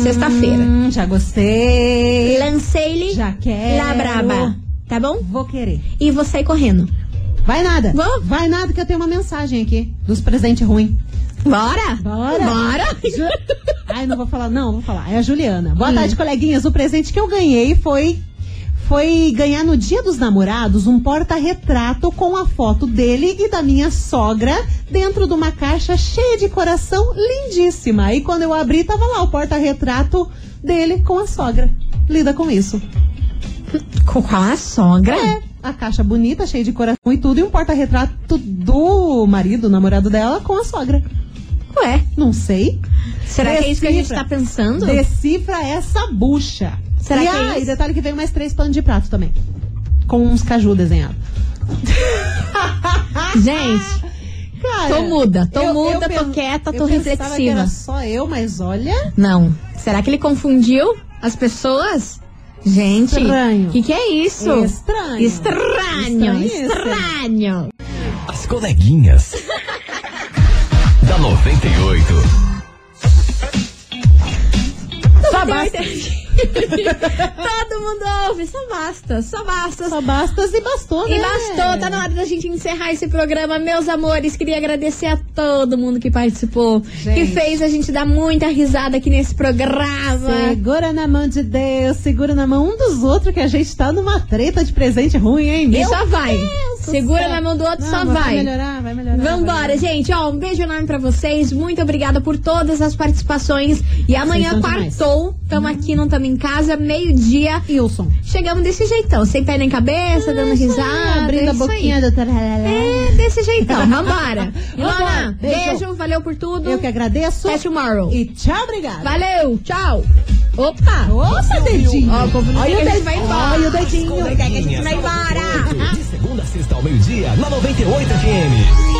[SPEAKER 2] Sexta-feira.
[SPEAKER 3] Hum, já gostei.
[SPEAKER 2] Lancei-lhe
[SPEAKER 3] Já quero.
[SPEAKER 2] lá braba. Tá bom?
[SPEAKER 3] Vou querer.
[SPEAKER 2] E vou sair correndo.
[SPEAKER 3] Vai nada.
[SPEAKER 2] Vou.
[SPEAKER 3] Vai nada que eu tenho uma mensagem aqui dos presentes ruins.
[SPEAKER 2] Bora?
[SPEAKER 3] Bora.
[SPEAKER 2] Bora?
[SPEAKER 3] Ju- Ai, não vou falar, não, não vou falar. É a Juliana.
[SPEAKER 2] Hum.
[SPEAKER 3] Boa tarde, coleguinhas. O presente que eu ganhei foi foi ganhar no Dia dos Namorados um porta-retrato com a foto dele e da minha sogra dentro de uma caixa cheia de coração, lindíssima. E quando eu abri, tava lá o porta-retrato dele com a sogra. Lida com isso.
[SPEAKER 2] *laughs* Com com a sogra?
[SPEAKER 3] É, a caixa bonita, cheia de coração e tudo, e um porta-retrato do marido, namorado dela, com a sogra.
[SPEAKER 2] Ué,
[SPEAKER 3] Não sei.
[SPEAKER 2] será que é isso que a gente tá pensando?
[SPEAKER 3] Decifra essa bucha.
[SPEAKER 2] Será
[SPEAKER 3] e,
[SPEAKER 2] que é
[SPEAKER 3] ah, e
[SPEAKER 2] isso?
[SPEAKER 3] detalhe que veio mais três panos de prato também. Com uns caju desenhado.
[SPEAKER 2] Ah, Gente,
[SPEAKER 3] Cara,
[SPEAKER 2] tô muda, tô
[SPEAKER 3] eu- eu
[SPEAKER 2] muda, tô
[SPEAKER 3] pen-
[SPEAKER 2] quieta, tô
[SPEAKER 3] eu pensava Que
[SPEAKER 2] reflexiva.
[SPEAKER 3] era só eu, mas olha.
[SPEAKER 2] Não. Será que ele confundiu as pessoas? Gente,
[SPEAKER 3] Estranho.
[SPEAKER 2] que que é isso?
[SPEAKER 3] Estranho.
[SPEAKER 2] Estranho,
[SPEAKER 3] Estranhíssimo.
[SPEAKER 2] estranho.
[SPEAKER 5] As coleguinhas. da 98.
[SPEAKER 2] Só basta. *laughs* Todo mundo ouve, só basta, só basta.
[SPEAKER 3] Só bastas e bastou, né?
[SPEAKER 2] E bastou, tá na hora da gente encerrar esse programa, meus amores. Queria agradecer a todo mundo que participou, que
[SPEAKER 3] Gente.
[SPEAKER 2] fez a gente dar muita risada aqui nesse programa.
[SPEAKER 3] Segura na mão de Deus, segura na mão um dos outros que a gente tá numa treta de presente ruim, hein?
[SPEAKER 2] E
[SPEAKER 3] Meu
[SPEAKER 2] só vai.
[SPEAKER 3] Deus do
[SPEAKER 2] Segura
[SPEAKER 3] céu.
[SPEAKER 2] na mão do outro,
[SPEAKER 3] Não,
[SPEAKER 2] só
[SPEAKER 3] mas é Vai
[SPEAKER 2] vai.
[SPEAKER 3] melhorar, vai melhorar. vai
[SPEAKER 2] Vambora,
[SPEAKER 3] melhorar.
[SPEAKER 2] gente. Ó, um beijo enorme pra vocês. Muito obrigada por todas as participações. E amanhã,
[SPEAKER 3] são demais.
[SPEAKER 2] quartou. Tamo aqui, não tamo em casa. Meio-dia.
[SPEAKER 3] Wilson.
[SPEAKER 2] Chegamos desse jeitão. Sem pé nem cabeça, dando risada.
[SPEAKER 3] É, Abrindo
[SPEAKER 2] é
[SPEAKER 3] a
[SPEAKER 2] isso aí.
[SPEAKER 3] boquinha, doutora.
[SPEAKER 2] É, desse
[SPEAKER 3] *laughs*
[SPEAKER 2] jeitão. Vambora. Ilana,
[SPEAKER 3] Vambora.
[SPEAKER 2] beijo.
[SPEAKER 3] Beijo.
[SPEAKER 2] Valeu por tudo.
[SPEAKER 3] Eu que agradeço.
[SPEAKER 2] Até tomorrow.
[SPEAKER 3] E tchau, obrigada.
[SPEAKER 2] Valeu, tchau. Opa.
[SPEAKER 3] Opa, dedinho.
[SPEAKER 2] Ó, o povo não
[SPEAKER 3] Olha
[SPEAKER 2] quer
[SPEAKER 3] o
[SPEAKER 2] que a
[SPEAKER 3] dedinho.
[SPEAKER 2] gente vai embora.
[SPEAKER 3] Olha o dedinho.
[SPEAKER 2] Não quer que a gente vai embora.
[SPEAKER 5] De segunda a sexta ao meio-dia, na 98 FM.